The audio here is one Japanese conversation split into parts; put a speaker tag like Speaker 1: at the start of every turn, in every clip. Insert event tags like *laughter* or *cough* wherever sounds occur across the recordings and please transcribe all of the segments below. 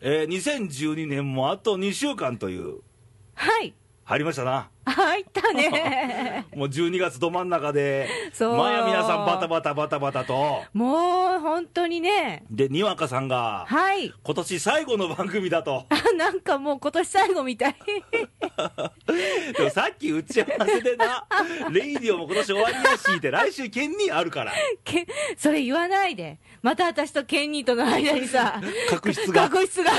Speaker 1: えー2012年もあと2週間という、
Speaker 2: はい。
Speaker 1: 入りましたな。
Speaker 2: あ入った
Speaker 1: *laughs*
Speaker 2: ね。
Speaker 1: もう12月ど真ん中で、
Speaker 2: そう
Speaker 1: まあ皆さんバタバタバタバタと、
Speaker 2: もう、本当にね。
Speaker 1: で、にわかさんが、
Speaker 2: はい。 *laughs*
Speaker 1: 今年最後の番組だと。
Speaker 2: あ、なんかもう今年最後みたい。 *laughs*
Speaker 1: でもさっき打ち合わせで
Speaker 2: *laughs*
Speaker 1: な、レイディオも今年終わりやしって、来週県にあるから、
Speaker 2: けそれ言わないで。また私とケンニーとの間にさ、
Speaker 1: 確執が。
Speaker 2: 学室が。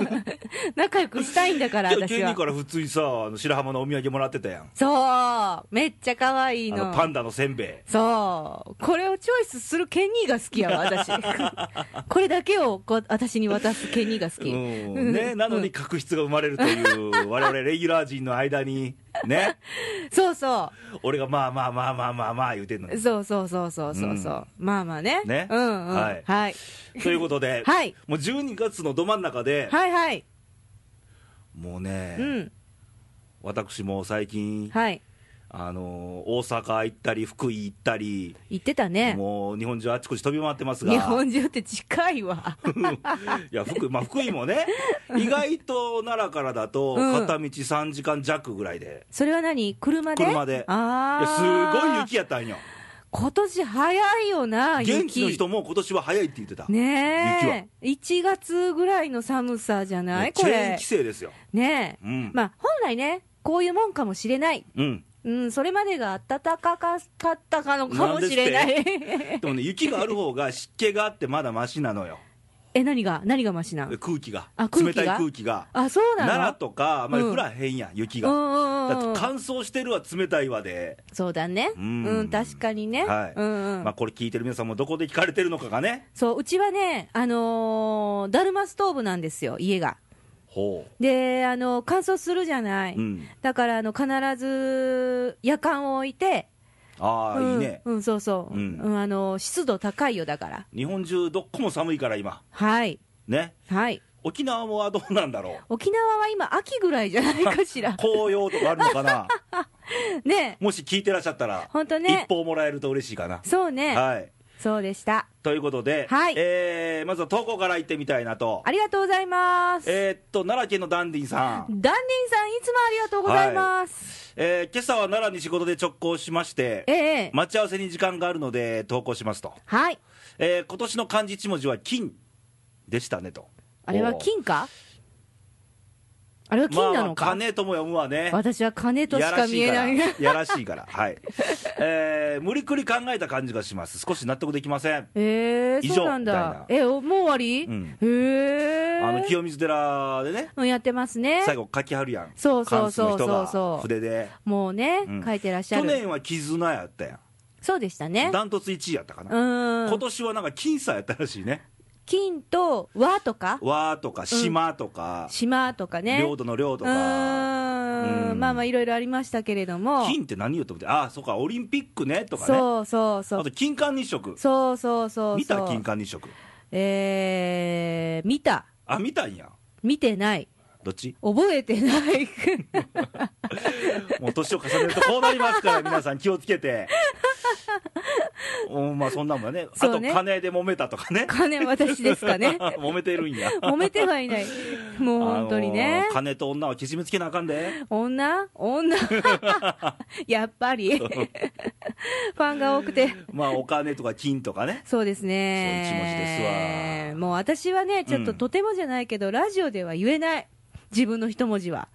Speaker 2: *laughs* 仲良くしたいんだから、
Speaker 1: 今日
Speaker 2: 私
Speaker 1: 県に
Speaker 2: は
Speaker 1: か。ら普通にさ、あの白浜のお土産もらってたやん。
Speaker 2: そう。めっちゃ可愛い
Speaker 1: あ
Speaker 2: の。
Speaker 1: のパンダのせんべ
Speaker 2: そう。これをチョイスするケニーが好きやわ、
Speaker 1: *laughs*
Speaker 2: 私。これだけをこう私に渡すケニーが好
Speaker 1: い。
Speaker 2: き。
Speaker 1: うん、ね、なのに確執が生まれるという、我々レギュラー陣の間に、
Speaker 2: *laughs*
Speaker 1: ね、
Speaker 2: そうそ
Speaker 1: 俺がまあまあまあまあまあまあ言うてんの
Speaker 2: う。
Speaker 1: に。
Speaker 2: そうそうそうそうそうそう。まあまあね。
Speaker 1: ね
Speaker 2: うんうん。
Speaker 1: は
Speaker 2: はいい。はい *laughs*
Speaker 1: ということで、
Speaker 2: はい
Speaker 1: もう12月のど真ん中で、
Speaker 2: はい。
Speaker 1: もうね、
Speaker 2: うん。
Speaker 1: 私も最近、
Speaker 2: はい。
Speaker 1: あの大阪行ったり、福井行ったり、
Speaker 2: 言ってたね。
Speaker 1: もう日本中あちこち飛び回ってますが、
Speaker 2: 日本中って近いわ。
Speaker 1: いや福井まあ、福井も
Speaker 2: *laughs*
Speaker 1: ね、意外と奈良からだと、
Speaker 2: うん
Speaker 1: 片道3時間弱ぐらいで、
Speaker 2: それは何車で
Speaker 1: 車でい
Speaker 2: あ
Speaker 1: や
Speaker 2: あ。
Speaker 1: すごい雪やったんよ、
Speaker 2: 今年早いよな、雪。
Speaker 1: 現地の人も今年は早いって言ってた、
Speaker 2: ねえ。1月ぐらいの寒さじゃない
Speaker 1: チ
Speaker 2: こ
Speaker 1: ェーン
Speaker 2: れ
Speaker 1: 規。制ですよ、
Speaker 2: ねえ。
Speaker 1: うん
Speaker 2: まあ、本来ね、こういうもんかもしれない。 *laughs*
Speaker 1: うん、
Speaker 2: うん、それまでが暖かかったかのかもしれない。
Speaker 1: でもね、雪がある方が湿気があって、まだましなのよ、
Speaker 2: *laughs* え、何が何がマシな
Speaker 1: 空気が、
Speaker 2: あ空気が
Speaker 1: 冷たい空気が、
Speaker 2: あ、そうなの
Speaker 1: 奈良とか、あまり降らへんやん、雪
Speaker 2: う
Speaker 1: が。
Speaker 2: んうん
Speaker 1: だ
Speaker 2: うん
Speaker 1: っ
Speaker 2: うん
Speaker 1: て乾燥してるわ、冷たいわで、
Speaker 2: そうだね。
Speaker 1: う
Speaker 2: うんん、確かにね。
Speaker 1: はい
Speaker 2: うんうん
Speaker 1: まあ、これ聞いてる皆さんもどこで聞かれてるのかがね、
Speaker 2: そう、うちはね、あのーだるまストーブなんですよ、家が。
Speaker 1: ほ
Speaker 2: で、あのー乾燥するじゃない。
Speaker 1: う、うん、
Speaker 2: だから、あの、必ず、夜間を置いて、
Speaker 1: ああ、
Speaker 2: うん、
Speaker 1: いいね、
Speaker 2: うん、そうそう。
Speaker 1: う
Speaker 2: うんん、あのー湿度高いよ、だから。
Speaker 1: 日本中、どっこも寒いから今、
Speaker 2: はい。
Speaker 1: ね、
Speaker 2: はい。
Speaker 1: 沖縄はどうなんだろ
Speaker 2: 沖縄は今、秋ぐらいじゃないかしら
Speaker 1: う、。 *laughs* 紅葉とかあるのかな、
Speaker 2: ねえ。
Speaker 1: もし聞いてらっしゃったら、
Speaker 2: 本当ね
Speaker 1: 一報もらえると嬉しいかな。
Speaker 2: そうね。
Speaker 1: はい
Speaker 2: そうでした。
Speaker 1: ということで、
Speaker 2: はい
Speaker 1: えーまずは投稿から行ってみたいなと、
Speaker 2: ありがとうございます。
Speaker 1: えーっと奈良県のダンディンさん、
Speaker 2: ダンディンさん、いつもありがとうございます。
Speaker 1: えー今朝は奈良に仕事で直行しまして、
Speaker 2: ええ
Speaker 1: 待ち合わせに時間があるので投稿しますと、
Speaker 2: はい。
Speaker 1: えー今年の漢字一文字は金でしたねと
Speaker 2: あれは金かあれは
Speaker 1: まあ
Speaker 2: 金なの
Speaker 1: ま
Speaker 2: か、
Speaker 1: あ金とも読むわね
Speaker 2: 私は金としか見えない。 *laughs*
Speaker 1: *laughs* やらしいからやらしいからはい、えー無理くり考えた感じがします少し納得できません
Speaker 2: えー、そうなんだ。
Speaker 1: 以
Speaker 2: え、おもう終わり、
Speaker 1: うん
Speaker 2: へえ
Speaker 1: あの清水寺でね
Speaker 2: うん、やってますね。
Speaker 1: 最後書きはるやん
Speaker 2: そうそ
Speaker 1: 漢
Speaker 2: うそう
Speaker 1: 数の人
Speaker 2: そう
Speaker 1: が
Speaker 2: そう
Speaker 1: 筆で
Speaker 2: もうね、
Speaker 1: うん
Speaker 2: 書いてらっしゃ
Speaker 1: 去
Speaker 2: る。
Speaker 1: 年は絆やったや
Speaker 2: そうでした
Speaker 1: ん
Speaker 2: ね。
Speaker 1: ダントツ1位やったかな、
Speaker 2: う
Speaker 1: 今
Speaker 2: ん。
Speaker 1: 年はなんか僅差やったらしいね
Speaker 2: 金と和とか、
Speaker 1: 和とか島とか、
Speaker 2: 島とかね。
Speaker 1: 領土の領
Speaker 2: う
Speaker 1: とか
Speaker 2: ー
Speaker 1: うん
Speaker 2: ん。まあまあ、いろいろありましたけれども。
Speaker 1: 金って何よと思ってああそうかオリンピックねとかね
Speaker 2: そうそうそう
Speaker 1: あと。金環日食
Speaker 2: そうそうそうそう。
Speaker 1: 見た金環日食
Speaker 2: えー、見た。
Speaker 1: あ見たんや
Speaker 2: 見てない。
Speaker 1: どっち
Speaker 2: 覚えてない。
Speaker 1: もう年を重ねるとこうなります
Speaker 2: *laughs*
Speaker 1: から、皆さん気をつけて。うんまあそんなんもね。あ
Speaker 2: そ
Speaker 1: と
Speaker 2: うね
Speaker 1: 金で揉めたとかね。
Speaker 2: 金、私ですかね。
Speaker 1: *laughs* 揉めてるんや。
Speaker 2: 揉めてはいない。もう本当に
Speaker 1: あ
Speaker 2: ね
Speaker 1: のー。金と女はけじめつけなあかんで。
Speaker 2: 女
Speaker 1: *laughs*
Speaker 2: 女やっぱり。ファンが多くて。
Speaker 1: まあお金とか金とかね。
Speaker 2: そうです
Speaker 1: そう一文字で
Speaker 2: ね
Speaker 1: す。わ
Speaker 2: もう私はね、ちょっ
Speaker 1: う
Speaker 2: と
Speaker 1: ん
Speaker 2: とてもじゃないけど、ラジオでは言えない。自分の一文字は。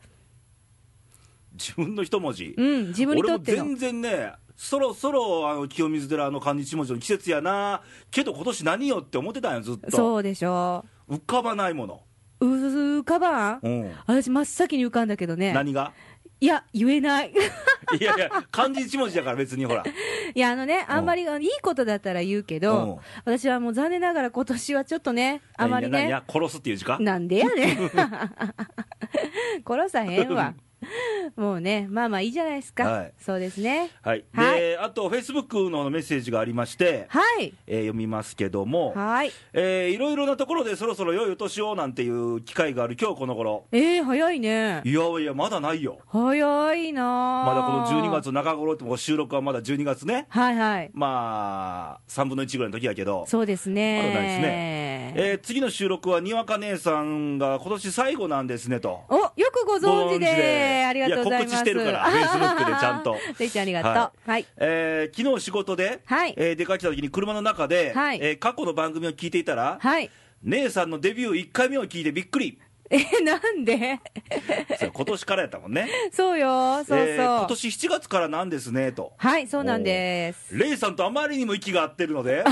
Speaker 1: 自分の一文字。
Speaker 2: うん、自分に
Speaker 1: 俺
Speaker 2: と
Speaker 1: も
Speaker 2: っての
Speaker 1: 全。然ね、そろそろあの清水寺の漢字一文字の季節やな。けど今年何よって思ってたんよ、ずっと。
Speaker 2: そうでしょ
Speaker 1: 浮かばないもの。
Speaker 2: う。う、浮かばん
Speaker 1: うん。
Speaker 2: 私真っ先に浮かんだけどね。
Speaker 1: 何が *laughs*
Speaker 2: いや、言えない。
Speaker 1: いやいや、漢字一文字だから別にほら。
Speaker 2: いや、あのね、あんまり、いいことだったら言うけど、私はもう残念ながら今年はちょっとね、 *laughs* あまり
Speaker 1: 何
Speaker 2: ね、
Speaker 1: や殺すっていう字か
Speaker 2: なんでやね
Speaker 1: *laughs*
Speaker 2: ん。殺さへんわ。もうね、まあまあいいじゃないですか。
Speaker 1: はい
Speaker 2: そうですね。
Speaker 1: はい、で、
Speaker 2: は
Speaker 1: あと、フェイスブックのメッセージがありまして、
Speaker 2: はい。
Speaker 1: えー読みますけども、
Speaker 2: はい。
Speaker 1: えーいろいろなところでそろそろ良いお年をなんていう機会がある今日この頃
Speaker 2: えー、早いね。
Speaker 1: いやいや、まだないよ、
Speaker 2: 早いな
Speaker 1: まだこの12月
Speaker 2: 月。
Speaker 1: の中頃って、もう収録はまだ12月ね、
Speaker 2: はいはい。
Speaker 1: まあ、3分の1ぐらいの時やけど、
Speaker 2: そうですね。
Speaker 1: まだないです
Speaker 2: ね。
Speaker 1: えー次の収録はにわか姉さんが今年最後なんですねと。
Speaker 2: お、よくご存知
Speaker 1: ご存知で
Speaker 2: で、ありがとうございま
Speaker 1: い
Speaker 2: す。
Speaker 1: や告知してるから
Speaker 2: *laughs*
Speaker 1: Facebook でちゃんと
Speaker 2: ていちゃんありがとう。
Speaker 1: は
Speaker 2: はい。
Speaker 1: えー昨日仕事で、
Speaker 2: はい
Speaker 1: えー出かけた時に車の中で、
Speaker 2: はい
Speaker 1: えー過去の番組を聞いていたら、
Speaker 2: はい。
Speaker 1: 姉さんのデビュー1回目を聞いてびっく
Speaker 2: *laughs*
Speaker 1: り、
Speaker 2: え、なんで
Speaker 1: それ今年からやったもんね、
Speaker 2: *laughs* そうよ、そうそう。
Speaker 1: えー今年7月からなんですねと、
Speaker 2: はい、そうなんです。
Speaker 1: レイさんとあまりにも息が合ってるの
Speaker 2: *laughs*
Speaker 1: で、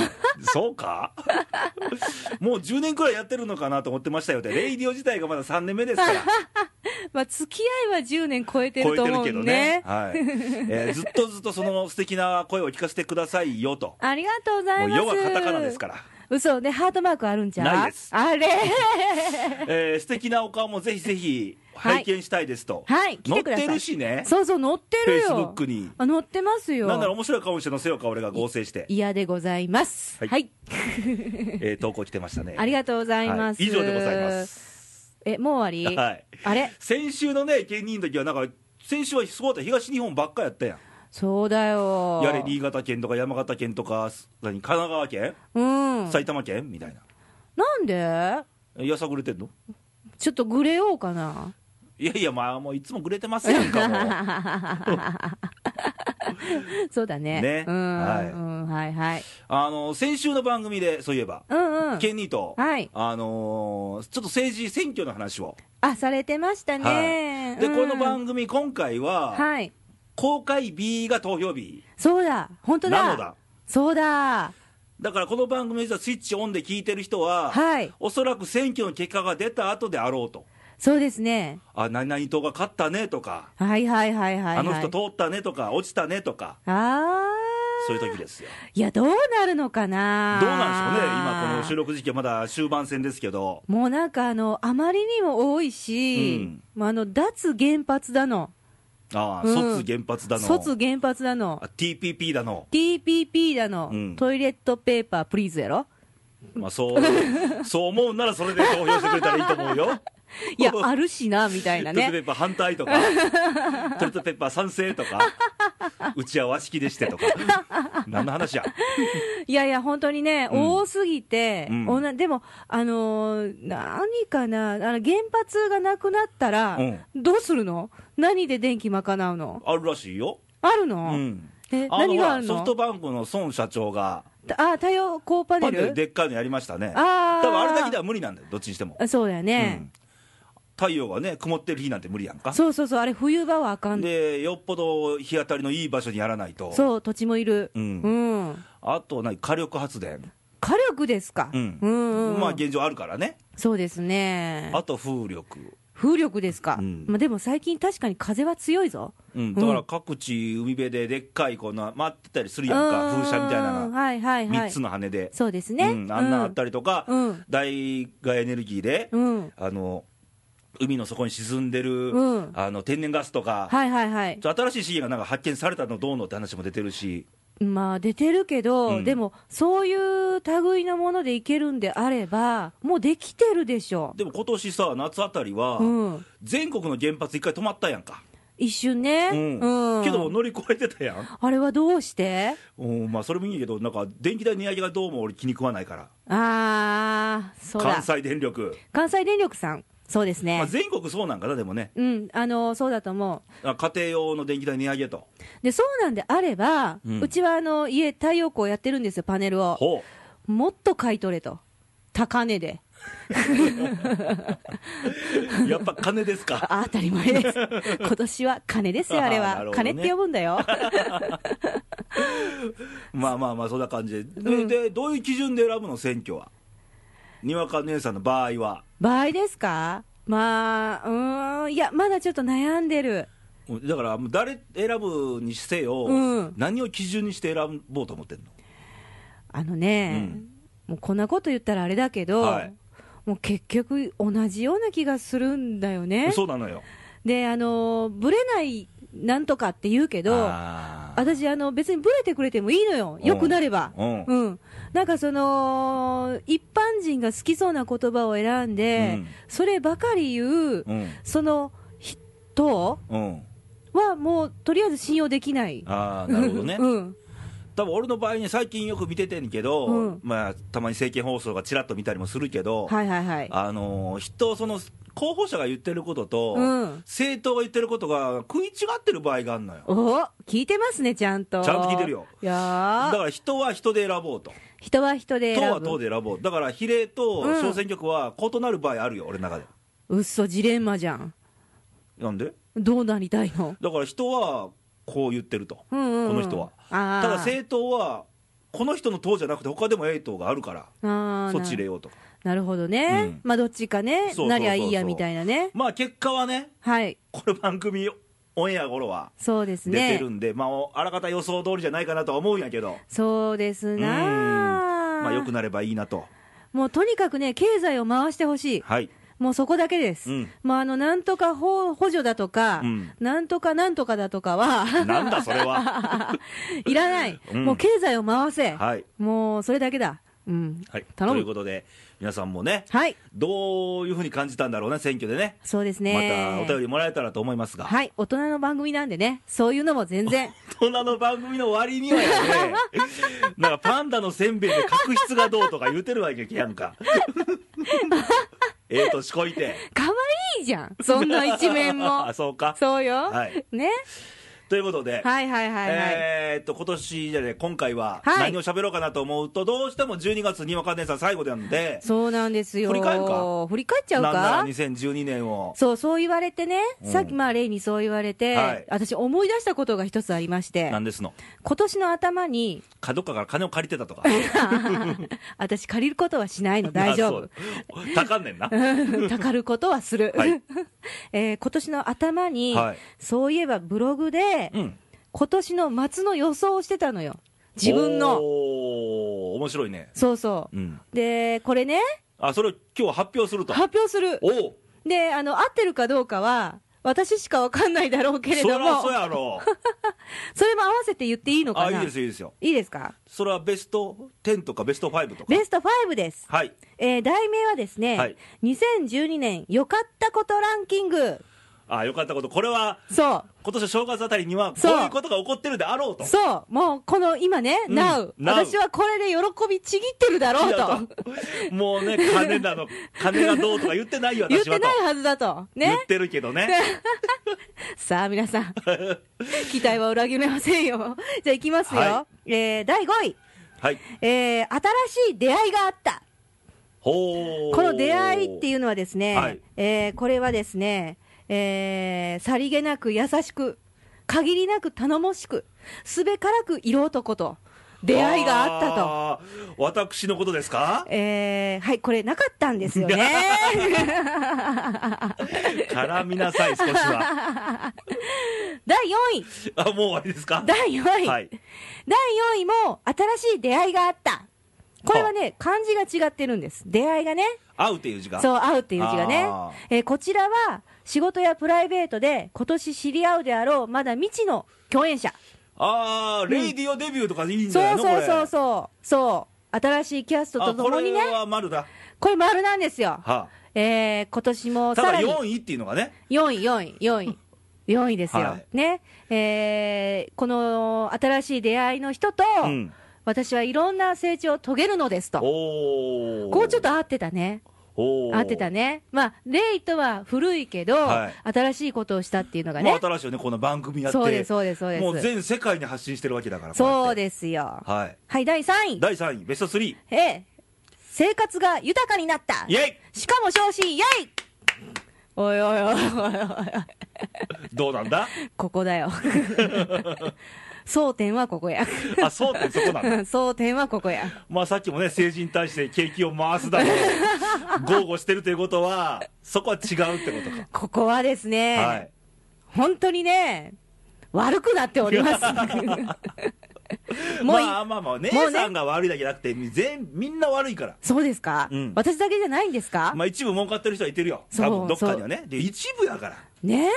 Speaker 1: そうか、もう10年くらいやってるのかなと思ってましたよって、レイディオ自体がまだ3年目です
Speaker 2: *laughs*
Speaker 1: から、
Speaker 2: まあ、付き合いは10年超えて
Speaker 1: 超
Speaker 2: る
Speaker 1: え
Speaker 2: と
Speaker 1: て
Speaker 2: 思
Speaker 1: る
Speaker 2: う
Speaker 1: けど
Speaker 2: ん
Speaker 1: ね
Speaker 2: ね。
Speaker 1: はいえーずっとずっとその素敵な声を聞かせてくださいよ
Speaker 2: *laughs*
Speaker 1: と、
Speaker 2: ありがとうござ
Speaker 1: も
Speaker 2: いうます。
Speaker 1: 世はカタカナですから。
Speaker 2: 嘘ね、ハートマークあるんじゃ
Speaker 1: ないです
Speaker 2: あれ *laughs*
Speaker 1: *laughs* えー素敵なお顔もぜひぜひ拝見したいですと、
Speaker 2: はい、来てくださ
Speaker 1: 載
Speaker 2: い。
Speaker 1: ってるしね
Speaker 2: そうそう、載ってるよ。
Speaker 1: Facebook に
Speaker 2: あ載ってますよ。
Speaker 1: なんなら面白い顔にして載せようか俺が合成して、
Speaker 2: 嫌でございます。
Speaker 1: はい
Speaker 2: はい。
Speaker 1: えー投稿来てましたね
Speaker 2: ありがとうございます。
Speaker 1: はい以上でございま。す
Speaker 2: え、もう終わり、
Speaker 1: はい
Speaker 2: あれ
Speaker 1: 先週のね芸人の時はなんか先週はすごかった東日本ばっかやったやん
Speaker 2: そうだよ。
Speaker 1: やれ新潟県とか山形県とかす何神奈川県、
Speaker 2: うん。
Speaker 1: 埼玉県みたいな
Speaker 2: なんで
Speaker 1: えやさぐれてんの
Speaker 2: ちょっとグレようかな。
Speaker 1: いやいやまあもういつもぐれてますやんかもう
Speaker 2: *laughs* そうだね。
Speaker 1: ね
Speaker 2: うん。
Speaker 1: はい
Speaker 2: うん、はいはい。
Speaker 1: あの先週の番組でそういえば、
Speaker 2: うんうん。
Speaker 1: ケンニーと、
Speaker 2: はい
Speaker 1: あのーちょっと政治選挙の話を
Speaker 2: あ、されてましたね。
Speaker 1: で、
Speaker 2: うん
Speaker 1: この番組、今回は、
Speaker 2: はい。
Speaker 1: 公開日が投票日
Speaker 2: そうだ。本当だ。
Speaker 1: なのだ、
Speaker 2: そうだ。
Speaker 1: だからこの番組、実はスイッチオンで聞いてる人は、
Speaker 2: はい。
Speaker 1: おそらく選挙の結果が出た後であろうと、
Speaker 2: そうですね。
Speaker 1: あ何々党が勝ったねとか、
Speaker 2: はいはいはいはい、はい。
Speaker 1: あの人通ったねとか、落ちたねとか、
Speaker 2: あ
Speaker 1: そういう
Speaker 2: ー。
Speaker 1: 時ですよ、
Speaker 2: いや、どうなるのか
Speaker 1: ど
Speaker 2: な
Speaker 1: うなんでしょうね、今、この収録時期はまだ終盤戦ですけど、
Speaker 2: もうなんかあの、あまりにも多いし、もうあの、脱原発だの、
Speaker 1: ああ、
Speaker 2: うん
Speaker 1: 卒原発だの、
Speaker 2: 卒原発だの
Speaker 1: あ、TPP だの、
Speaker 2: TPP だの、
Speaker 1: うん
Speaker 2: トイレットペーパープリーズやろ
Speaker 1: まあ、
Speaker 2: *laughs*
Speaker 1: そうそう思うならそれで投票してくれたらいいと思うよ。
Speaker 2: いや、あるしな、みたい
Speaker 1: *laughs*
Speaker 2: な
Speaker 1: トイレットペ
Speaker 2: ね。
Speaker 1: ッパー反対
Speaker 2: *laughs*
Speaker 1: とか、トイレットペッパー賛成とか、うちは和式でしてとか、何の話や、
Speaker 2: いやいや、本当にね、
Speaker 1: うん
Speaker 2: 多すぎて、
Speaker 1: うん
Speaker 2: おなでも、あのー何かな、あの原発がなくなったら、
Speaker 1: うん
Speaker 2: どうするの何で電気賄うの
Speaker 1: あるらしいよ、
Speaker 2: ある
Speaker 1: う
Speaker 2: の、
Speaker 1: ん、
Speaker 2: え、
Speaker 1: あの
Speaker 2: 何
Speaker 1: ほ
Speaker 2: があ
Speaker 1: ら
Speaker 2: る
Speaker 1: ソフ
Speaker 2: の
Speaker 1: トバンクの孫社長が、
Speaker 2: あ、太陽光
Speaker 1: パ
Speaker 2: パネ
Speaker 1: ネル
Speaker 2: ル
Speaker 1: でっかいのやりましたね、
Speaker 2: あ
Speaker 1: 多
Speaker 2: ー
Speaker 1: 分あれだけでは無理なんだよ、どっちにしても。
Speaker 2: あそうだよね。
Speaker 1: うん太陽がね、曇ってる日なんて無理やんか、
Speaker 2: そうそうそう、あれ、冬場はあかん
Speaker 1: でよっぽど日当たりのいい場所にやらないと、
Speaker 2: そう、土地もいる、
Speaker 1: う
Speaker 2: うんん、
Speaker 1: あと何、火力発電、
Speaker 2: 火力ですか、
Speaker 1: うん
Speaker 2: うんうん
Speaker 1: まあ現状あるからね、
Speaker 2: そうですね、
Speaker 1: あと風力、
Speaker 2: 風力ですか、
Speaker 1: うん
Speaker 2: まあ、でも最近、確かに風は強いぞ、
Speaker 1: うん、だから各地、海辺ででっかいこんな、待ってたりするやんか、
Speaker 2: うん
Speaker 1: 風車みたいなの、
Speaker 2: はいはいは
Speaker 1: 3
Speaker 2: い
Speaker 1: つ、の羽で、
Speaker 2: そうです
Speaker 1: う
Speaker 2: ね、
Speaker 1: ん、あんなあったりとか、
Speaker 2: うん、
Speaker 1: 代替エネルギーで、
Speaker 2: うん、
Speaker 1: あの海の底に沈んでる、
Speaker 2: うん
Speaker 1: あの天然ガスとか、
Speaker 2: はいはいはい、
Speaker 1: 新しい資源がなんか発見されたのどうのって話も出てるし、
Speaker 2: まあ出てるけど、
Speaker 1: うん
Speaker 2: でも、そういう類のものでいけるんであれば、もうできてるでしょ、
Speaker 1: でも今年さ、夏あたりは、
Speaker 2: うん、
Speaker 1: 全国の原発、一回止まったやんか、
Speaker 2: 一瞬ね、
Speaker 1: うん
Speaker 2: うん
Speaker 1: けど乗り越えてたやん、
Speaker 2: あれはどうして
Speaker 1: うんまあ、それもいいけど、なんか電気代値上げがどうも俺、気に食わないから、
Speaker 2: あー、そうだ。
Speaker 1: 関西電力、
Speaker 2: 関西電力さん、そうですね、
Speaker 1: まあ、全国そうなんかな、でもね。
Speaker 2: うん、あのそうだと思う、
Speaker 1: あ家庭用の電気代値上げと、
Speaker 2: でそうなんであれば、
Speaker 1: う
Speaker 2: うんちはあの家、太陽光やってるんですよ、パネルを、
Speaker 1: ほ
Speaker 2: もっと買い取れと、高
Speaker 1: *laughs*
Speaker 2: 値で、
Speaker 1: う、やっぱ金ですか、 *laughs*
Speaker 2: あ当たり前です、今年は金ですよ、あれ
Speaker 1: あーなる
Speaker 2: は、
Speaker 1: ほどね
Speaker 2: 金って呼ぶんだ
Speaker 1: *laughs*
Speaker 2: よ、
Speaker 1: まあまあまあ、そんな感じで、ででどういう基準で選ぶの、選挙は、にわか姉さんの場合は、
Speaker 2: 場合ですか、まあ、うーん、いや、まだちょっと悩んでる、
Speaker 1: だから、もう誰選ぶにせよ、
Speaker 2: うん
Speaker 1: 何を基準にして選ぼうと思ってんの、
Speaker 2: あのね、
Speaker 1: うん
Speaker 2: もうこんなこと言ったらあれだけど、
Speaker 1: はい
Speaker 2: もう結局、同じような気がするんだよね。
Speaker 1: そうなのよ、
Speaker 2: であのぶれないなんとかって言うけど、
Speaker 1: あー
Speaker 2: 私あの、別にぶれてくれてもいいのよ、
Speaker 1: うん
Speaker 2: よくなれば。
Speaker 1: うん
Speaker 2: うん、なんかその、一般人が好きそうな言葉を選んで、
Speaker 1: うん
Speaker 2: そればかり言う、
Speaker 1: うん
Speaker 2: その人
Speaker 1: うん、
Speaker 2: はもうとりあえず信用できない。、
Speaker 1: ああ、なるほどね
Speaker 2: うん、
Speaker 1: 多分俺の場合に最近よく見ててんけど、
Speaker 2: うん
Speaker 1: まあ、たまに政見放送がちらっと見たりもするけど、
Speaker 2: はいはいはい。
Speaker 1: あのー人その候補者が言ってることと、
Speaker 2: うん
Speaker 1: 政党が言ってることが食い違ってる場合があるのよ
Speaker 2: お聞いてますね、ちゃんと。
Speaker 1: ちゃんと聞いてるよ。
Speaker 2: いや
Speaker 1: だ
Speaker 2: ー
Speaker 1: から人は人で選ぼうと
Speaker 2: 人は人で
Speaker 1: 党
Speaker 2: 選
Speaker 1: は
Speaker 2: ぶ。
Speaker 1: 党で選ぼうだから比例と
Speaker 2: うん
Speaker 1: 小選挙区は異なる場合あるよ、俺の中で
Speaker 2: うっそ、ジレンマじゃん。
Speaker 1: なんで
Speaker 2: どうなりたいの
Speaker 1: だから人はこう言ってると、
Speaker 2: うんうんうん、
Speaker 1: この人は
Speaker 2: あー
Speaker 1: ただ政党はこの人の党じゃなくて他でも A 党があるから
Speaker 2: あー
Speaker 1: そっち入れ
Speaker 2: な
Speaker 1: ようとか
Speaker 2: なるほどね、
Speaker 1: うん
Speaker 2: まあどっちかね
Speaker 1: そうそうそうそう
Speaker 2: なりゃいいやみたいなね
Speaker 1: まあ結果はね
Speaker 2: はい
Speaker 1: この番組オンエア頃は
Speaker 2: そうです
Speaker 1: 出て
Speaker 2: ね
Speaker 1: るんで、まああらかた予想通りじゃないかなとは思うんやけど
Speaker 2: そうですな
Speaker 1: まあ良くなればいいなと
Speaker 2: もうとにかくね経済を回してほしい
Speaker 1: はい
Speaker 2: もうそこだけです、
Speaker 1: うん
Speaker 2: もうあのなんとか補補助だとか、
Speaker 1: うん
Speaker 2: なんとかなんとかだと
Speaker 1: *laughs*
Speaker 2: かは
Speaker 1: なんだそれ
Speaker 2: *laughs*
Speaker 1: は
Speaker 2: いらない、
Speaker 1: うん
Speaker 2: もう経済を回せ、
Speaker 1: はい、
Speaker 2: もうそれだけだうん
Speaker 1: はい、
Speaker 2: 頼
Speaker 1: とい
Speaker 2: む
Speaker 1: うことで皆さんもね
Speaker 2: はい
Speaker 1: どういうふうに感じたんだろうね選挙でね
Speaker 2: そうです
Speaker 1: ま
Speaker 2: ね
Speaker 1: たお便りもらえたらと思いますが、
Speaker 2: はい大人の番組なんでねそういうのも
Speaker 1: *laughs*
Speaker 2: 全然
Speaker 1: 大人の番組の割にはやね
Speaker 2: *laughs*
Speaker 1: なんかパンダのせんべいで角質がどうとか言うてるわけやん
Speaker 2: *laughs*
Speaker 1: かええ年こいて
Speaker 2: 可愛いじゃんそんな一面
Speaker 1: *laughs*
Speaker 2: も
Speaker 1: あそうか
Speaker 2: そうよ、
Speaker 1: はい
Speaker 2: ね
Speaker 1: ということで、
Speaker 2: はいはいはいはい、
Speaker 1: えーっと今年じゃね今回は
Speaker 2: はい
Speaker 1: 何を喋ろうかなと思うと、どうしても12月にわかねさん最後なんで
Speaker 2: そうなんですよ
Speaker 1: 振り返るか
Speaker 2: 振り返っちゃう
Speaker 1: なんなら
Speaker 2: か
Speaker 1: 2012年を
Speaker 2: そうそう言われてね、
Speaker 1: うん
Speaker 2: さっきまあ例にそう言われて、
Speaker 1: はい
Speaker 2: 私思い出したことが一つありまして
Speaker 1: なんですの
Speaker 2: 今年の
Speaker 1: *laughs*
Speaker 2: 頭に
Speaker 1: 角川から金を借りてたとか
Speaker 2: 私借りることはしないの *laughs* 大丈
Speaker 1: ま
Speaker 2: 夫
Speaker 1: あそうたかんねんな
Speaker 2: *laughs* たかることはする、
Speaker 1: はい
Speaker 2: えー今年の頭に、
Speaker 1: はい
Speaker 2: そういえばブログで、
Speaker 1: うん
Speaker 2: 今年の末の予想をしてたのよ *laughs* 自分の
Speaker 1: おー面白いね
Speaker 2: そうそう、
Speaker 1: うん
Speaker 2: でこれね
Speaker 1: あそれを今日発表すると
Speaker 2: 発表する
Speaker 1: おお
Speaker 2: であの合ってるかどうかは私しかわかんないだろうけれ
Speaker 1: そ
Speaker 2: ど
Speaker 1: ら
Speaker 2: も
Speaker 1: そうや
Speaker 2: *laughs*
Speaker 1: ろ
Speaker 2: それも合わせて言っていいの
Speaker 1: あ
Speaker 2: か
Speaker 1: い
Speaker 2: ない
Speaker 1: ですよいいですよ
Speaker 2: いいですか
Speaker 1: それはベスト10とかベスト5とか
Speaker 2: ベスト5です。
Speaker 1: はい
Speaker 2: えー題名はですね、
Speaker 1: はい
Speaker 2: 2012年良かったことランキング。
Speaker 1: あよかったことこれは
Speaker 2: そ
Speaker 1: 今年の正月あたりにはこう
Speaker 2: そう
Speaker 1: いうことが起こってるであろうと
Speaker 2: う。そう。もうこの今ね、
Speaker 1: うん
Speaker 2: Now。
Speaker 1: Now
Speaker 2: 私はこれで喜びちぎってるだろ
Speaker 1: いうや
Speaker 2: と。
Speaker 1: ともうね金なの金がどうとか言ってないよ
Speaker 2: *laughs* 言っ
Speaker 1: 私
Speaker 2: てな
Speaker 1: はと
Speaker 2: いはずだと。
Speaker 1: 言
Speaker 2: ね
Speaker 1: っ。てるけどね
Speaker 2: さあ皆さ
Speaker 1: *laughs*
Speaker 2: ん。期待は裏切れませんよ。じゃあ行きますよ。
Speaker 1: は
Speaker 2: えー第5位。
Speaker 1: はい
Speaker 2: えー新しい出会いがあった。
Speaker 1: ほう
Speaker 2: この出会いっていううのはですね、
Speaker 1: はい
Speaker 2: えーこれはですね、えーさりげなく優しく、限りなく頼もしく、すべからく色男と出会いがあった
Speaker 1: と
Speaker 2: と。
Speaker 1: 私のことです
Speaker 2: *laughs*
Speaker 1: か
Speaker 2: えーはい、これなかったんです
Speaker 1: *laughs*
Speaker 2: よね。
Speaker 1: 絡みなさい少しは
Speaker 2: 第4位、
Speaker 1: あもう終わりです
Speaker 2: *laughs*
Speaker 1: か
Speaker 2: 第4位、
Speaker 1: はい
Speaker 2: 第4位も新しい出会いがあった。これはね、漢字が違ってるんです。出会いがね。
Speaker 1: 会うっていう字が
Speaker 2: そう、会うっていう字がね
Speaker 1: あ。
Speaker 2: えーこちらは、仕事やプライベートで、今年知り合うであろう、まだ未知の共演者。
Speaker 1: ああレイディオデビューとかでいいんじゃな
Speaker 2: そ
Speaker 1: いうの
Speaker 2: そう
Speaker 1: これ
Speaker 2: そうそう。そう。新しいキャストと
Speaker 1: あ
Speaker 2: と
Speaker 1: こ
Speaker 2: もに
Speaker 1: れ
Speaker 2: ね、
Speaker 1: は丸だ
Speaker 2: これ丸なんですよ。
Speaker 1: は
Speaker 2: えー今年も
Speaker 1: あ、
Speaker 2: さ
Speaker 1: ただ
Speaker 2: らに
Speaker 1: 4位っていうのがね
Speaker 2: 4位、4位、4位。4位ですよ。
Speaker 1: はい
Speaker 2: ね。えーこの新しい出会いの人と、
Speaker 1: うん
Speaker 2: 私はいろんな成長を遂げるのですと。
Speaker 1: おお
Speaker 2: こうちょっと合ってたね。
Speaker 1: おー
Speaker 2: 合ってたね。まあ、レイとは古いけど、
Speaker 1: は
Speaker 2: 新しいことをしたっていうのが
Speaker 1: も
Speaker 2: ね
Speaker 1: う。新しいよねこの番組やって
Speaker 2: そうです、そうです、そうです。
Speaker 1: もう全世界に発信してるわけだから
Speaker 2: そう
Speaker 1: す
Speaker 2: ですよ。
Speaker 1: はい
Speaker 2: はい、第3位。
Speaker 1: 第3位ベスト3イ
Speaker 2: ええ生活が豊かになった。
Speaker 1: ェイ
Speaker 2: しかも昇進、イェイおいおいおいおいおい
Speaker 1: どうなんだ
Speaker 2: ここだよ。争点はここや。
Speaker 1: あそうってそこなんだ
Speaker 2: 争点はここや。
Speaker 1: まあさっきもね政治に対して景気を回すだろう豪語してるということはそこは違うってことか
Speaker 2: ここはですね、
Speaker 1: はい、
Speaker 2: 本当にね、悪くなっております。もうい、
Speaker 1: まあまあまあ姉
Speaker 2: もうね
Speaker 1: さんが悪いだけじゃなくて全みんな悪いから
Speaker 2: そうですか、
Speaker 1: うん
Speaker 2: 私だけじゃないんですか、
Speaker 1: まあ一部儲かってる人はいてるよ
Speaker 2: そう
Speaker 1: 多分どっかにはねで一部やから
Speaker 2: ね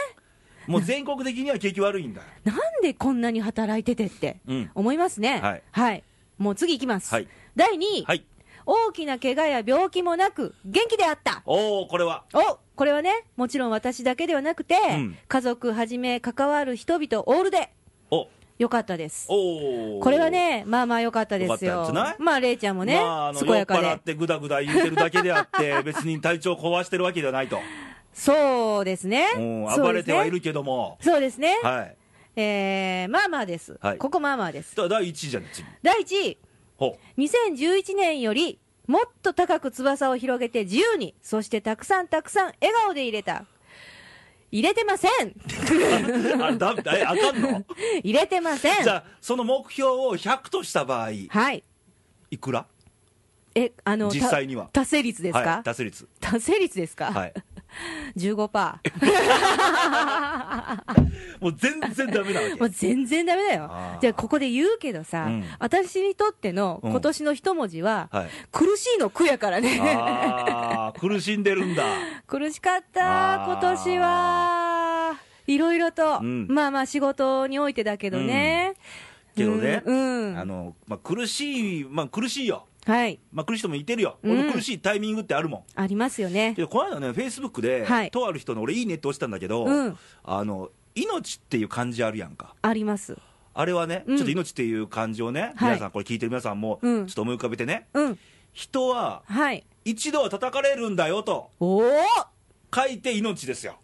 Speaker 1: もう全国的には景気悪いん
Speaker 2: *laughs*
Speaker 1: だ
Speaker 2: なんでこんなに働いててって
Speaker 1: うん
Speaker 2: 思いますね、
Speaker 1: はい
Speaker 2: もう次いきます、
Speaker 1: はい
Speaker 2: 第2位、
Speaker 1: はい
Speaker 2: 大きな怪我や病気もなく元気であった
Speaker 1: おおこれは
Speaker 2: おこれはねもちろん私だけではなくて、
Speaker 1: うん
Speaker 2: 家族はじめ関わる人々オールで
Speaker 1: お
Speaker 2: 良かったです。
Speaker 1: おー
Speaker 2: これは、ね、まあまあ良かったです
Speaker 1: 良か
Speaker 2: よ
Speaker 1: ったんじゃない。
Speaker 2: まあ、レイちゃんもね、
Speaker 1: まあ、あの
Speaker 2: 健
Speaker 1: 酔っ
Speaker 2: やか
Speaker 1: 払っ
Speaker 2: で。
Speaker 1: てぐだぐだ言ってるだけであ
Speaker 2: *laughs*
Speaker 1: って、別に体調壊してるわけではないと、
Speaker 2: そうですね。
Speaker 1: うん、
Speaker 2: そ
Speaker 1: 暴
Speaker 2: うで
Speaker 1: れ
Speaker 2: す
Speaker 1: て
Speaker 2: ね
Speaker 1: はいるけども、
Speaker 2: そうですね。
Speaker 1: はい、
Speaker 2: えー、まあまあです。
Speaker 1: はい
Speaker 2: ここまあまあです。
Speaker 1: だ第1位じゃん、次
Speaker 2: 第1位、
Speaker 1: ほ
Speaker 2: 2011年より、もっと高く翼を広げて自由に、そしてたくさんたくさん笑顔で入れた。入れてませ
Speaker 1: *laughs*
Speaker 2: ん
Speaker 1: うあだえあ
Speaker 2: *laughs*
Speaker 1: かんの
Speaker 2: 入れてません
Speaker 1: じゃあ、その目標を100とした場合、い
Speaker 2: はい。
Speaker 1: くら
Speaker 2: え、あの、た
Speaker 1: 実際には
Speaker 2: 達成率ですか、
Speaker 1: はい、達成率、
Speaker 2: 達成率ですか、
Speaker 1: はい、
Speaker 2: ?15%。
Speaker 1: もう全然だめなわけ
Speaker 2: もう全然ダメだ
Speaker 1: あ
Speaker 2: よ
Speaker 1: ー。
Speaker 2: じゃあ、ここで言うけどさ、
Speaker 1: うん
Speaker 2: 私にとっての今年の一文字は、
Speaker 1: はい、
Speaker 2: 苦しいの苦やからね。
Speaker 1: あー苦しんでるんだ、
Speaker 2: 苦しかった、
Speaker 1: あー
Speaker 2: 今年は。いろいろと、
Speaker 1: うん
Speaker 2: まあまあ仕事においてだけどね。
Speaker 1: けどね、
Speaker 2: *laughs* うんうん
Speaker 1: あのまあ、苦しい、まあ、苦しいよ、
Speaker 2: はい。
Speaker 1: まあ、苦しい人もいてるよ、
Speaker 2: うん
Speaker 1: 俺の苦しいタイミングってあるもん。
Speaker 2: ありますよね
Speaker 1: け。どこの間ね、フェイスブックで、
Speaker 2: はい
Speaker 1: とある人の俺、いいねって押したんだけど、
Speaker 2: うん
Speaker 1: あの命っていう漢字あるやんか、
Speaker 2: あります。
Speaker 1: あれはね、
Speaker 2: うん
Speaker 1: ちょっと命っていう漢字をね、
Speaker 2: はい
Speaker 1: 皆さん、これ聞いてる皆さんも、ち
Speaker 2: う
Speaker 1: ょっ
Speaker 2: ん
Speaker 1: と思い浮かべてね、
Speaker 2: うん。
Speaker 1: 人は
Speaker 2: はい。
Speaker 1: 一度は叩かれるんだよと
Speaker 2: おお
Speaker 1: 書いて命ですよ。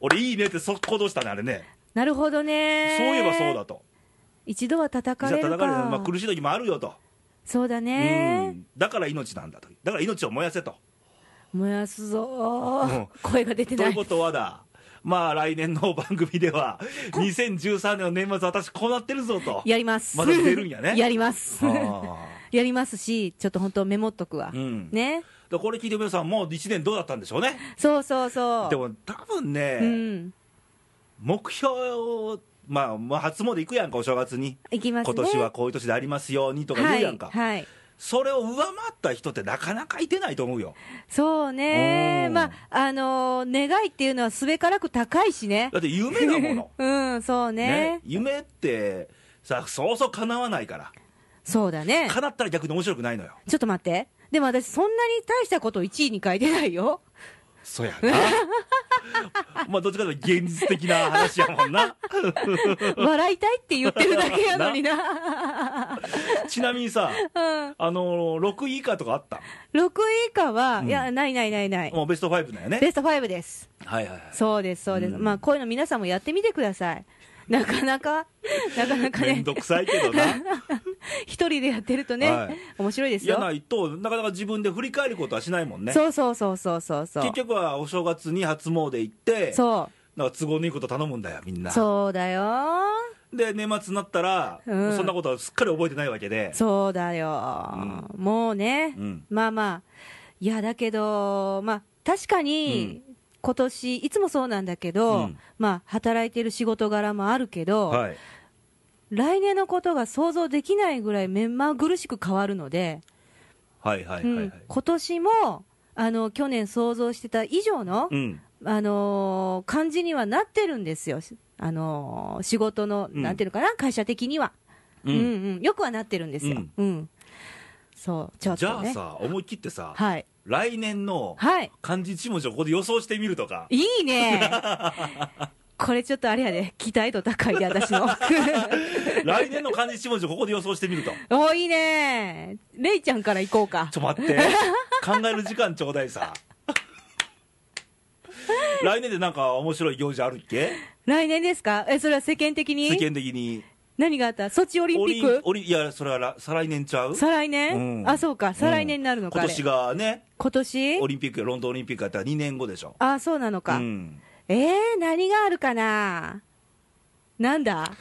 Speaker 1: 俺、いいねって速攻どしたね、あれね、
Speaker 2: なるほどね。
Speaker 1: そういえばそう。だと、
Speaker 2: 一度は叩かれる
Speaker 1: 実
Speaker 2: か。
Speaker 1: は叩かれるまあ、苦しい時もあるよと、
Speaker 2: そうだ
Speaker 1: う
Speaker 2: ね。
Speaker 1: んだから命なんだと、だから命を燃やせと。
Speaker 2: 燃やすぞ
Speaker 1: う
Speaker 2: ー、
Speaker 1: ん
Speaker 2: 声が出て
Speaker 1: と
Speaker 2: な
Speaker 1: いう
Speaker 2: い。
Speaker 1: ことはだ、まあ来年の番組では、2013年の年末、私、こうなってるぞと、
Speaker 2: やります。
Speaker 1: まだ出るんやね
Speaker 2: やります。
Speaker 1: はあ
Speaker 2: *laughs* やりますし、ちょっと本当メモっとくわ。
Speaker 1: うん
Speaker 2: ね。
Speaker 1: でこれ聞いて皆さん、もう1年どうだったんでしょうね、
Speaker 2: そうそうそう。
Speaker 1: でも多分ね、
Speaker 2: うん。
Speaker 1: 目標を、まあ、まあ、初詣行くやんか、お正月に、
Speaker 2: いきますね。
Speaker 1: 今年はこういう年でありますようにとか言うやんか、
Speaker 2: はい。はい
Speaker 1: それを上回った人ってなかなかいてないと思うよ、
Speaker 2: そうね。
Speaker 1: うん
Speaker 2: まあ、あのー願いっていうのはすべからく高いしね。、
Speaker 1: だって夢だもの
Speaker 2: うん、そう *laughs* ね。
Speaker 1: 夢ってさ、そうそう叶わないから、
Speaker 2: そうだね。
Speaker 1: 叶ったら逆に面白くないのよ。
Speaker 2: ちょっと待って。でも私、そんなに大したことを1位に書いてないよ。
Speaker 1: そやな。 *laughs* まあ、どっちかというと現実的な話やもん
Speaker 2: *laughs*
Speaker 1: な。
Speaker 2: 笑いたいって言ってるだけやのにな。
Speaker 1: ちなみにさ、
Speaker 2: うん。
Speaker 1: あの6位以下とかあった。
Speaker 2: 6位以下は、
Speaker 1: うん
Speaker 2: いや、ないないないない。
Speaker 1: もうベスト5だよね。
Speaker 2: ベスト5です。
Speaker 1: はいはいはい。
Speaker 2: そうです、そうです。
Speaker 1: うん
Speaker 2: まあ、こういうの皆さんもやってみてください。 *laughs* なかなか、 *laughs* なかなか
Speaker 1: めん
Speaker 2: ね、
Speaker 1: どくさいけどな。
Speaker 2: 一人でやってるとね、
Speaker 1: はい
Speaker 2: 面白い *laughs* です
Speaker 1: や
Speaker 2: よ。
Speaker 1: ないと、なかなか自分で振り返ることはしないもんね。
Speaker 2: そうそうそうそうそうそう。
Speaker 1: 結局はお正月に初詣行って、
Speaker 2: そ
Speaker 1: なんか都合のいいこと頼むんだよ、みん
Speaker 2: う。
Speaker 1: な。
Speaker 2: そうだよ。
Speaker 1: で、年末になったら、
Speaker 2: うん
Speaker 1: そんなことはすっかり覚えてないわけで。
Speaker 2: そうだよ。もうね、
Speaker 1: うん
Speaker 2: まあまあ。いや、だけど、まあ、確かに、今年、いつもそうなんだけど、
Speaker 1: うん
Speaker 2: まあ、働いてる仕事柄もあるけど、
Speaker 1: はい。
Speaker 2: 来年のことが想像できないぐらい目まぐるしく変わるので、
Speaker 1: はいはいはいうはい。
Speaker 2: ん、今年もあの去年想像してた以上の、
Speaker 1: うん。
Speaker 2: あのー感じにはなってるんですよ、しあのー仕事の、
Speaker 1: うん
Speaker 2: なんていうのかな、会社的には、
Speaker 1: う
Speaker 2: うんんうん、よくはなってるんですよ、
Speaker 1: うん
Speaker 2: うんそう、ちょっ
Speaker 1: じゃ
Speaker 2: と
Speaker 1: あ
Speaker 2: ね、
Speaker 1: さ、思い切ってさ、
Speaker 2: はい、
Speaker 1: 来年の
Speaker 2: はい、
Speaker 1: 漢字一文字をここで予想してみるとか、
Speaker 2: いいね、
Speaker 1: *laughs*
Speaker 2: これちょっとあれやで、期待度高いで、
Speaker 1: *laughs*
Speaker 2: 私の、
Speaker 1: 来年の漢字一文字をここで予想してみると、ちょ
Speaker 2: おいいね、レイちゃんから行こうか
Speaker 1: っ、と待
Speaker 2: *laughs*
Speaker 1: って、考える時間ちょうだいさ。来年でなんか面白い行事あるっけ
Speaker 2: 来年ですか、えそれは世間的
Speaker 1: 世
Speaker 2: に、
Speaker 1: 間的に。
Speaker 2: 何があった、ソチオリンピッ
Speaker 1: オ
Speaker 2: ク、
Speaker 1: オリいや、それはら再来年ちゃう
Speaker 2: 再来年、
Speaker 1: うん
Speaker 2: あそうか、再来年になるのか、
Speaker 1: 今
Speaker 2: あれ
Speaker 1: 年がね、
Speaker 2: 今年
Speaker 1: オリンピックやロンドンオリンピックやったら2年後でしょ。
Speaker 2: あそうなのか、
Speaker 1: うん。
Speaker 2: えー、何があるかななんだ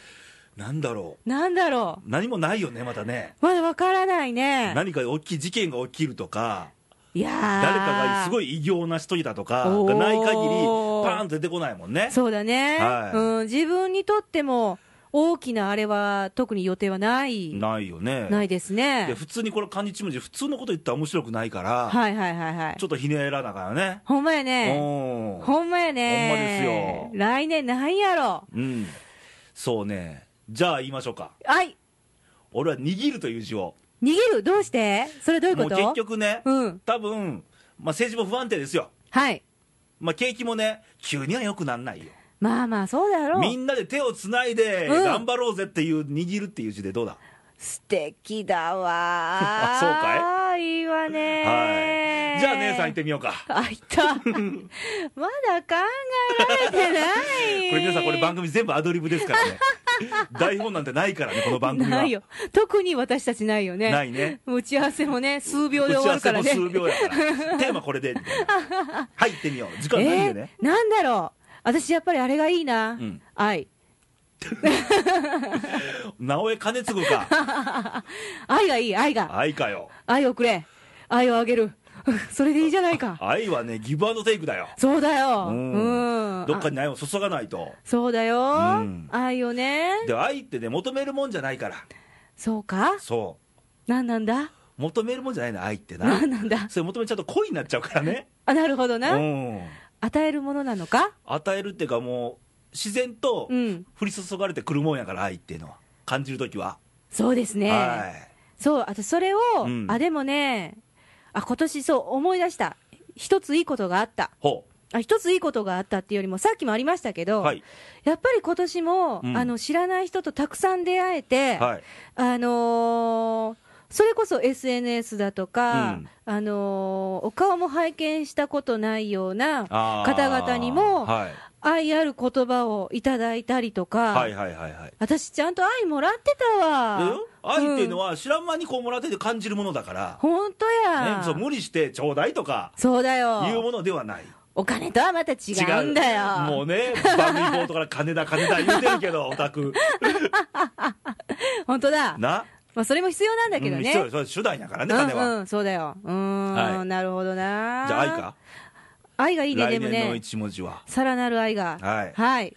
Speaker 1: なんだろ
Speaker 2: なんだろ
Speaker 1: う。何もないよね、またね。
Speaker 2: うまだわからないね
Speaker 1: 何か大きい事件が起きるとか、
Speaker 2: いやー
Speaker 1: 誰かがすごい偉業を成し遂げたとかがない限り、パ
Speaker 2: おー
Speaker 1: ーンと出てこないもんね。
Speaker 2: そうだね、
Speaker 1: はい
Speaker 2: うん、自分にとっても大きなあれは特に予定はないな
Speaker 1: ないよね。
Speaker 2: いです
Speaker 1: で
Speaker 2: ね
Speaker 1: 普通にこの漢字一文字普通のこと言ったら面白くないから、
Speaker 2: はいはいはいはい
Speaker 1: ちょっとひねらなからね、
Speaker 2: ほんまやね
Speaker 1: うん
Speaker 2: ほんまやね
Speaker 1: ほんまですよ
Speaker 2: 来年なんやろ
Speaker 1: うんそうねじゃあ言いましょうか
Speaker 2: はい
Speaker 1: 俺は握るという字を
Speaker 2: 逃げるどうしてそれどういう
Speaker 1: も
Speaker 2: こ
Speaker 1: う
Speaker 2: と
Speaker 1: 結局ね、
Speaker 2: うん
Speaker 1: 多分、まあ、政治も不安定ですよ
Speaker 2: はい
Speaker 1: まあ景気もね急には良くならないよ
Speaker 2: まあまあ、そうだろう。
Speaker 1: みんなで手をつないで、
Speaker 2: うん
Speaker 1: 頑張ろうぜっていう、握るっていう字でどうだ
Speaker 2: 素敵だわ
Speaker 1: *laughs* あそうか
Speaker 2: いいいわね
Speaker 1: はい。じゃあ、姉さん行ってみようか。
Speaker 2: あ、い
Speaker 1: *laughs*
Speaker 2: た。まだ考えられてない。
Speaker 1: *laughs* これ皆さん、これ番組全部アドリブですから
Speaker 2: *laughs*
Speaker 1: ね。台本なんてないからね、この番組は。
Speaker 2: ないよ。特に私たちないよね。
Speaker 1: ないね。
Speaker 2: 打ち合わせもね、数秒
Speaker 1: 打
Speaker 2: で
Speaker 1: ち
Speaker 2: 終
Speaker 1: 合
Speaker 2: わ
Speaker 1: わ
Speaker 2: る
Speaker 1: せ
Speaker 2: から
Speaker 1: も
Speaker 2: ね。
Speaker 1: 数秒や
Speaker 2: *laughs*
Speaker 1: から。テーマこれで、みたいな。はい、行ってみよう。時間ない
Speaker 2: え
Speaker 1: よね。
Speaker 2: ーなんだろう。私やっぱりあれがいいな。
Speaker 1: ん
Speaker 2: 愛。
Speaker 1: 直江兼次か。
Speaker 2: *laughs* 愛がいい、愛が。
Speaker 1: 愛かよ。
Speaker 2: 愛をくれ。愛をあげる。 *laughs* それでいいじゃないか。
Speaker 1: 愛はね、ギブアンドテイクだよ。
Speaker 2: そうだよ。
Speaker 1: う
Speaker 2: うんん。
Speaker 1: どっか
Speaker 2: あ
Speaker 1: に愛を注がないと。
Speaker 2: そうだよ
Speaker 1: うん。
Speaker 2: 愛をね。
Speaker 1: で、愛ってね、求めるもんじゃないから。
Speaker 2: そうか
Speaker 1: そ
Speaker 2: なんなんだ
Speaker 1: う。求めるもんじゃないの、愛ってな
Speaker 2: な。んなんだ
Speaker 1: それ求めちゃうと恋になっちゃうからね。
Speaker 2: あ、なるほど
Speaker 1: う
Speaker 2: な。
Speaker 1: ん。
Speaker 2: 与えるものなのか
Speaker 1: 与えるっていうかもう自然と
Speaker 2: うん
Speaker 1: 降り注がれてくるもんやから愛っていうのは感じるときは、
Speaker 2: そうですね。
Speaker 1: はい
Speaker 2: そう、あとそれを、
Speaker 1: うん
Speaker 2: あ、でもね、あ、今年そう思い出した。一ついいことがあった。
Speaker 1: ほ
Speaker 2: あ、一ついいことがあったっていうよりも、さっきもありましたけ
Speaker 1: う
Speaker 2: ど、
Speaker 1: はい
Speaker 2: やっぱり今年も、
Speaker 1: うん
Speaker 2: あの、知らない人とたくさん出会えて、
Speaker 1: はい
Speaker 2: あのーそれこそ SNS だとか、
Speaker 1: うん
Speaker 2: あのーお顔も拝見したことないような
Speaker 1: あー
Speaker 2: 方々にも
Speaker 1: はい
Speaker 2: 愛ある言葉をいただいたりとか、
Speaker 1: はいはいはいはい
Speaker 2: 私ちゃんと愛もらってたわ
Speaker 1: で愛っていうの
Speaker 2: は、
Speaker 1: は知らん間にこうもらってて感じるものだから、
Speaker 2: うん本当や、
Speaker 1: ね、そう無理してちょうだいとか
Speaker 2: そう
Speaker 1: い
Speaker 2: だ
Speaker 1: う
Speaker 2: よ
Speaker 1: ものではない
Speaker 2: お金とはまた違うんだよ
Speaker 1: 違うもうね番組冒頭から金だ金だ言うてるけ
Speaker 2: *laughs*
Speaker 1: どオタク
Speaker 2: 本当だ、
Speaker 1: な
Speaker 2: まあ、それも必要なんだけど
Speaker 1: うん
Speaker 2: ね
Speaker 1: 必要よそれ手段やからね金は、
Speaker 2: うんうん、そうだようーん、
Speaker 1: はい
Speaker 2: なるほどな
Speaker 1: じゃあ愛か
Speaker 2: 愛がいいねでも
Speaker 1: 来年の
Speaker 2: ね
Speaker 1: 一文字は
Speaker 2: さらなる愛が
Speaker 1: はい
Speaker 2: はい、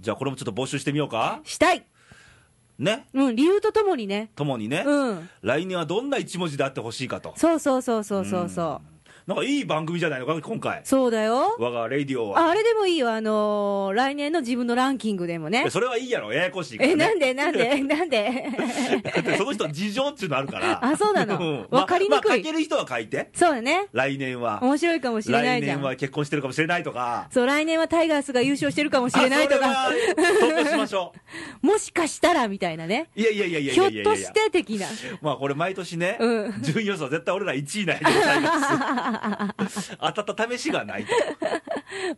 Speaker 1: じゃあこれもちょっと募集してみようか
Speaker 2: したい
Speaker 1: ね
Speaker 2: うん、理由とともにね。
Speaker 1: ともにね、
Speaker 2: うん。
Speaker 1: 来年はどんな一文字であってほしいかと
Speaker 2: そうそうそうそうそうそう。
Speaker 1: なんかいい番組じゃないのか今回
Speaker 2: そうだよ。
Speaker 1: 我がレディオは
Speaker 2: ああれでもいいよ。あのー来年の自分のランキングでもね
Speaker 1: え。それはいいやろややこしいから、ね、
Speaker 2: え、なんでなんで *laughs* なんで
Speaker 1: *laughs* だってその人事情っていうのあるから
Speaker 2: *laughs* あそうなの
Speaker 1: ん
Speaker 2: わかりにくい
Speaker 1: まあ書ける人は書いて
Speaker 2: そうだね。
Speaker 1: 来年は
Speaker 2: 面白いかもしれない
Speaker 1: 来
Speaker 2: じゃ
Speaker 1: 年は
Speaker 2: ん。
Speaker 1: 結婚してるかもしれないとか
Speaker 2: そう、来年はタイガースが優勝してるかもしれないとか
Speaker 1: あ、それはそんなしましょ
Speaker 2: *laughs* もしかしたらみたいなね。
Speaker 1: ういやいやいやいやい
Speaker 2: ひょ
Speaker 1: や
Speaker 2: っ
Speaker 1: いやいや
Speaker 2: として的な。
Speaker 1: まあこれ毎年ね、
Speaker 2: うん
Speaker 1: 順位予想絶対俺ら1位なんやけどタイガー
Speaker 2: *laughs*
Speaker 1: ス当たった試しがないと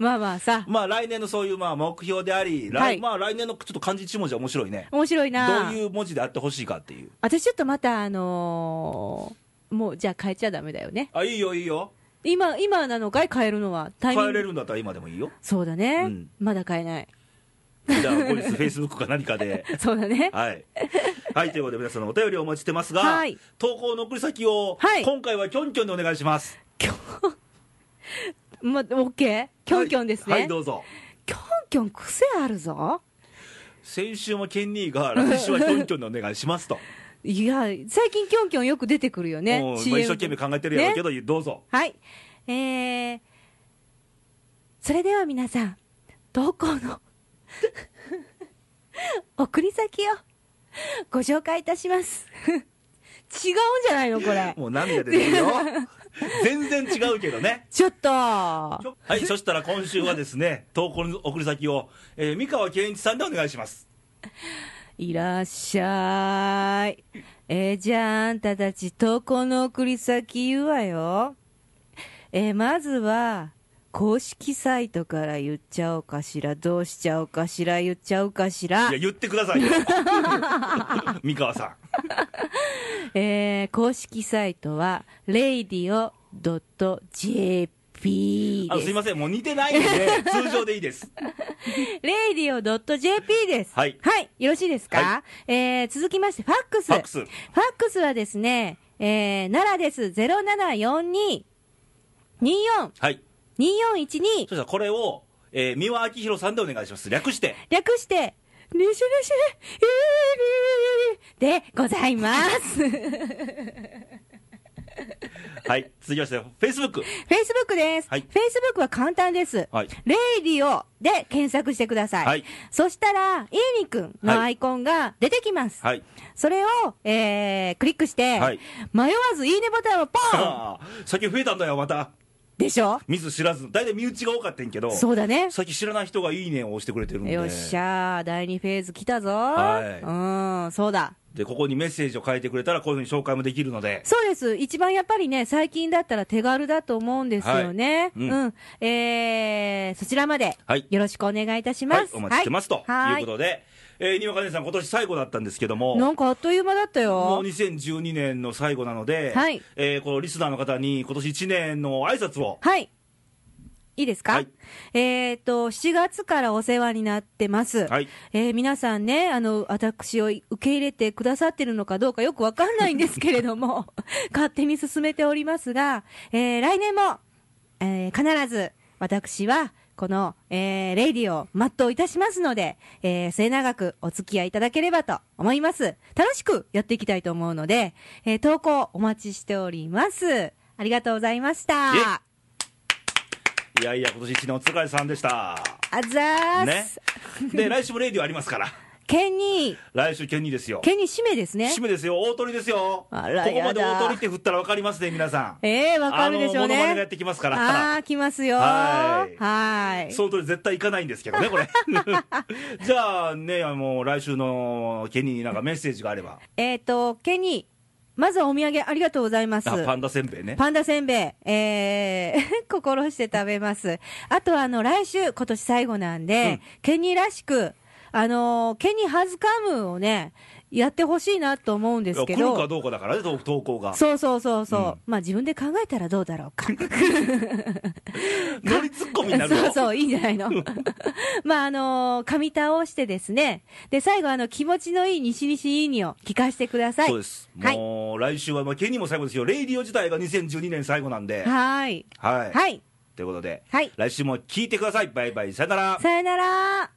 Speaker 2: まあまあさ。
Speaker 1: まあ来年のそういうまあ目標であり、来
Speaker 2: はい
Speaker 1: まあ来年のちょっと漢字一文字は面白いね。
Speaker 2: 面白い
Speaker 1: ど
Speaker 2: な
Speaker 1: ういう文字であってほしいかっていう。
Speaker 2: 私ちょっとまた、あのーもうじゃあ変えちゃダメだよね。
Speaker 1: あ、いいよいいよ。
Speaker 2: 今、今なのかい変えるのは。タイミン
Speaker 1: 変
Speaker 2: グ
Speaker 1: えれるんだったら今でもいいよ。
Speaker 2: そうだね、
Speaker 1: うん
Speaker 2: まだ買えない、
Speaker 1: じゃあ
Speaker 2: *laughs*
Speaker 1: 後日 Facebook か何かで。
Speaker 2: そうだね、
Speaker 1: はい。はい、ということで皆さんのお便りをお待ちしてますが、
Speaker 2: はい
Speaker 1: 投稿の送り先を、
Speaker 2: はい
Speaker 1: 今回はキョンキョンでお願いします。
Speaker 2: ま、オッケー、キョンキョンですね、
Speaker 1: はい、はいどうぞ。
Speaker 2: キョンキョン、癖あるぞ、
Speaker 1: 先週もケンニーが来週はキョンキョンでお願いしますと。
Speaker 2: いや、最近、キョンキョンよく出てくるよ *laughs* ね
Speaker 1: もう、まあ
Speaker 2: CM
Speaker 1: 一生懸命考えてるやろうけど、どうぞ。
Speaker 2: はい、えー、それでは皆さん、投稿
Speaker 1: *laughs*
Speaker 2: の送り先をご紹介いたし
Speaker 1: *laughs*
Speaker 2: ます、違うんじゃないの、これ、
Speaker 1: もう涙出
Speaker 2: *laughs*
Speaker 1: てるよ。全然違うけどね。
Speaker 2: ちょっと、
Speaker 1: はい、そしたら今週はです
Speaker 2: *laughs*
Speaker 1: ね、投稿の送り先を、えー三河健一さんでお願いします。
Speaker 2: いらっしゃい。えーじゃああんたたち投稿の送り先言うわよ。えーまずは、公式サイトから言っちゃおうかしら、どうしちゃおうかしら、言っちゃおうかしら
Speaker 1: いや、。言ってくださいよ。 *laughs* 三河さ
Speaker 2: えー公式サイトは、radio.jp
Speaker 1: ん。あの、すい
Speaker 2: です。
Speaker 1: ません、もう似てないんで、
Speaker 2: *laughs*
Speaker 1: 通常でいいです。
Speaker 2: radio.jp です。
Speaker 1: はい
Speaker 2: よろしいですか、えー続きまして、ファックス。
Speaker 1: ファックス。
Speaker 2: ファックスはですね、えー、奈良です。0742。24、
Speaker 1: はい。
Speaker 2: 2412
Speaker 1: そ。したらこれを、えー三輪明宏さんでお願いします。略して。
Speaker 2: 略して、ねしゅねしゅね、でござ
Speaker 1: *laughs*
Speaker 2: います。
Speaker 1: はい。続きまして、Facebook。
Speaker 2: Facebook です。
Speaker 1: はい
Speaker 2: Facebook は簡単です。
Speaker 1: はい。
Speaker 2: レイディオで検索してください。
Speaker 1: はい
Speaker 2: そしたら、いいにくんのアイコンが出てきます。
Speaker 1: はい。
Speaker 2: それを、えー、クリックして、
Speaker 1: はい
Speaker 2: 迷わずいいねボタンをポン
Speaker 1: *laughs* ああ、先増えたんだよ、また。
Speaker 2: でしょ
Speaker 1: 見ず知らず、大体身内が多かったんけど、
Speaker 2: そうだね。
Speaker 1: 最近知らない人がいいねを押してくれてるんで、
Speaker 2: よっしゃー、第2フェーズ来たぞ、
Speaker 1: はい
Speaker 2: うん、そうだ。
Speaker 1: でここにメッセージを書いてくれたら、こういうふうに紹介もできるので、
Speaker 2: そうです。一番やっぱりね、最近だったら手軽だと思うんですよね。
Speaker 1: はい
Speaker 2: うん、
Speaker 1: う
Speaker 2: えー、そちらまで、
Speaker 1: はい
Speaker 2: よろしくお願いいたしま
Speaker 1: は
Speaker 2: す。
Speaker 1: い、お待ちしてますと
Speaker 2: はい
Speaker 1: いうことで、えーにわか姉さん、今年最後だったんですけども、
Speaker 2: なんかあっという間だった
Speaker 1: も
Speaker 2: よ
Speaker 1: う。2012年の最後なので、
Speaker 2: はい
Speaker 1: えーこのリスナーの方に、今年1年の挨拶を、
Speaker 2: はい。いいですか、
Speaker 1: はい
Speaker 2: えっ、と、7月からお世話になってます。
Speaker 1: はい
Speaker 2: えー皆さんね、あの、私を受け入れてくださってるのかどうかよくわかんないんですけれども、
Speaker 1: *laughs*
Speaker 2: 勝手に進めておりますが、えー来年も、えー必ず私は、この、えーレイディを全ういたしますので、えー末永くお付き合いいただければと思います。楽しくやっていきたいと思うので、えー投稿お待ちしております。ありがとうございました。
Speaker 1: イエイいやいや、今年1年お疲れさんでした。
Speaker 2: あざーす。
Speaker 1: ね、で、来週もレディオありますから、
Speaker 2: ケニー、
Speaker 1: 来週、ケニーですよ。
Speaker 2: ケニー締めですね。
Speaker 1: 締めですよ、大鳥ですよ。ここ
Speaker 2: あ
Speaker 1: ま
Speaker 2: らや
Speaker 1: で
Speaker 2: だ
Speaker 1: 大鳥って振ったら分かりますね、皆さん。
Speaker 2: ええわかるでしょうね。
Speaker 1: あのモノマネがやってきますから
Speaker 2: ああー、来ますよ。
Speaker 1: は
Speaker 2: はいい。
Speaker 1: その通り絶対行かないんですけどね、これ。 *laughs* じゃあね、あの来週のケニーになんかメッセージがあれば、
Speaker 2: えっ、と、ケニー、まずはお土産ありがとうございます。
Speaker 1: あパンダせんべいね。
Speaker 2: パンダせんべい、えー、 *laughs* 心して食べます。あとは、あの、来週、今年最後なんで、ケニーらしく、あのーケニーハズカムをね、やってほしいなと思うんです
Speaker 1: 来
Speaker 2: け
Speaker 1: るか
Speaker 2: ど、
Speaker 1: どうかだからね、投投稿が。
Speaker 2: そうそうそうそう、
Speaker 1: うん
Speaker 2: まあ自分で考えたらどうだろうか。
Speaker 1: ノリツッコミになるよ。
Speaker 2: *laughs* そうそう、いいんじゃない
Speaker 1: *laughs*
Speaker 2: のまあ、あのー、神田をしてですね、で、最後、あの、気持ちのいい西西いいにを聞かせてください。
Speaker 1: そうです。
Speaker 2: はい
Speaker 1: もう、来週は、まあ、ケニーも最後ですよ。レイディオ自体が2012年最後なんで。
Speaker 2: はーい。
Speaker 1: はい。
Speaker 2: はい。
Speaker 1: ということで、
Speaker 2: はい
Speaker 1: 来週も聞いてください。バイバイ、さよなら。
Speaker 2: さよなら。